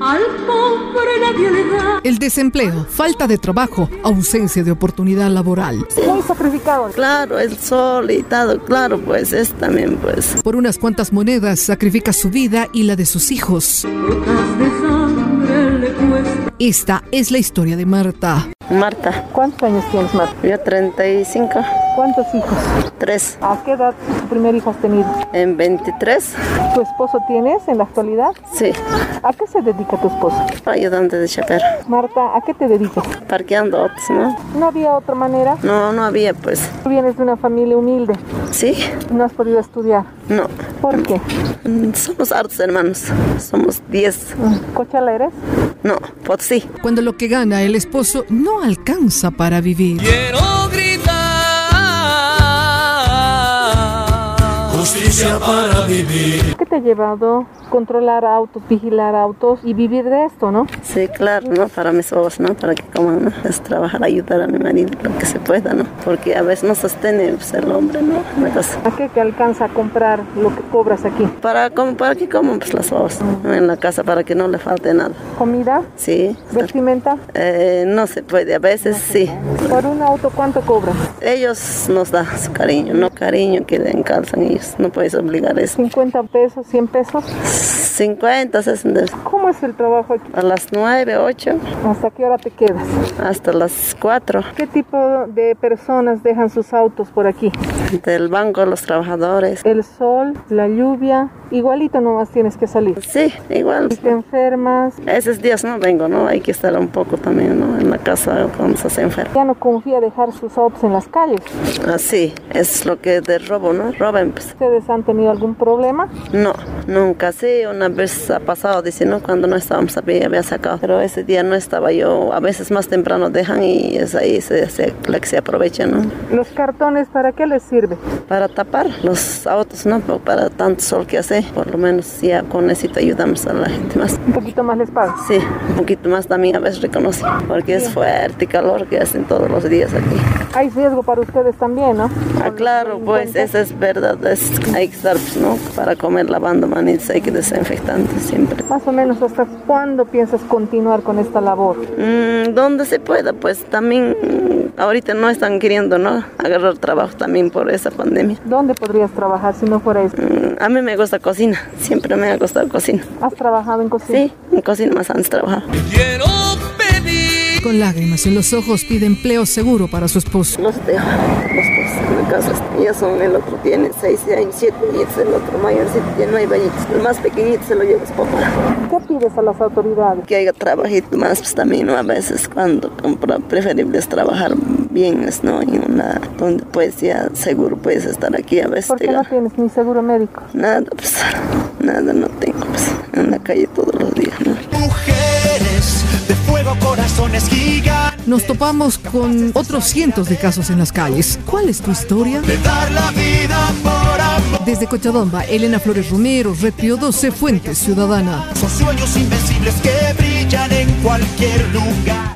al pobre nadie le da. El desempleo, falta de trabajo, ausencia de oportunidad laboral. Muy sacrificado. Claro, el sol y todo, claro, pues es también pues. Por unas cuantas monedas sacrifica su vida y la de sus hijos. Gotas de sangre le cuesta. Esta es la historia de Marta. Marta, ¿Cuántos años tienes, Marta? yo 35, ¿Cuántos hijos? 3, ¿A qué edad tu primer hijo has tenido? en 23, ¿Tu esposo tienes en la actualidad? sí, ¿A qué se dedica tu esposo? ayudante de chapero, Marta, ¿a qué te dedicas? parqueando autos, ¿no? ¿No había otra manera? No, no había pues, Tú vienes de una familia humilde, ¿sí? no has podido estudiar. No, ¿Por qué? Mm, somos hartos hermanos, somos 10, ¿Cochala eres? no, pues sí. Cuando lo que gana el esposo no alcanza para vivir. Quiero gritar. Justicia para vivir. ¿Qué te ha llevado controlar autos, vigilar autos y vivir de esto, no? Sí, claro, ¿no? Para mis ojos, ¿no? Para que coman, ¿no? Es trabajar, ayudar a mi marido lo que se pueda, ¿no? Porque a veces no sostiene pues, el hombre, ¿no? La cosa. ¿A qué te alcanza a comprar lo que cobras aquí? Para, como, para que coman pues, las ojos en la casa, para que no le falte nada. ¿Comida? Sí. ¿Vestimenta? Eh, no se puede, a veces sí. ¿Por un auto cuánto cobras? Ellos nos dan su cariño, ¿no? Cariño que le encalzan ellos. No puedes obligar eso. ¿50 pesos? ¿100 pesos? 50, 60. ¿Cómo es el trabajo aquí? A las 9, 8, ¿Hasta qué hora te quedas? hasta las 4. ¿Qué tipo de personas dejan sus autos por aquí? Del banco, los trabajadores. El sol, la lluvia, igualito nomás tienes que salir. Sí, igual. Si te enfermas, Esos días no vengo, ¿no? Hay que estar un poco también, ¿no? En la casa cuando se hace enfermo. ya no confía dejar sus autos en las calles. Así, es lo que de robo, ¿no? Roben, pues. ¿Ustedes han tenido algún problema? No, nunca. Sí, una vez ha pasado, dice, ¿no? Cuando no estábamos, había, había sacado. Pero ese día no estaba yo. A veces más temprano dejan y es ahí se, se, la que se aprovecha, ¿no? ¿Los cartones para qué les sirve? Para tapar los autos, ¿no? Pa- Para tanto sol que hace, por lo menos ya con eso te ayudamos a la gente más. Un poquito más les pagas. Sí, un poquito más también a veces reconoce, porque es fuerte calor que hacen todos los días aquí. Hay riesgo para ustedes también, ¿no? Ah, claro, pues esa es verdad, es- hay que estar, pues, ¿no? Para comer lavando manitas hay que desinfectante siempre. Más o menos, ¿hasta cuándo piensas continuar con esta labor? Mm, donde se pueda, pues también mm, ahorita no están queriendo, ¿no? Agarrar trabajo también por esa pandemia. ¿Dónde podrías trabajar si no fuera esto? Mm, a mí me gusta cocina, siempre me ha gustado cocina. ¿Has trabajado en cocina? Sí, en cocina más antes trabajaba. Quiero pedir. Con lágrimas en los ojos pide empleo seguro para su esposo. Los dejo, los dos en la casa. Ya son, el otro tiene seis años, siete años, el otro mayorcito tiene nueve años. El más pequeñito se lo lleva su papá. ¿Qué pides a las autoridades? que haya trabajito más, pues también ¿no? a veces cuando compra preferible es trabajar bien, es, ¿no? En una donde pues ya seguro puedes estar aquí a veces. ¿Por te qué no gana. tienes ni seguro médico? Nada, pues nada, no tengo, pues en la calle todos los días, ¿no? Mujeres de fuego, corazones gigantes. Nos topamos con otros cientos de casos en las calles. ¿Cuál es tu historia? De dar la vida por amor. Desde Cochabamba, Elena Flores Romero, Red Pío 12, Fuentes Ciudadana. Son sueños invencibles que brillan en cualquier lugar.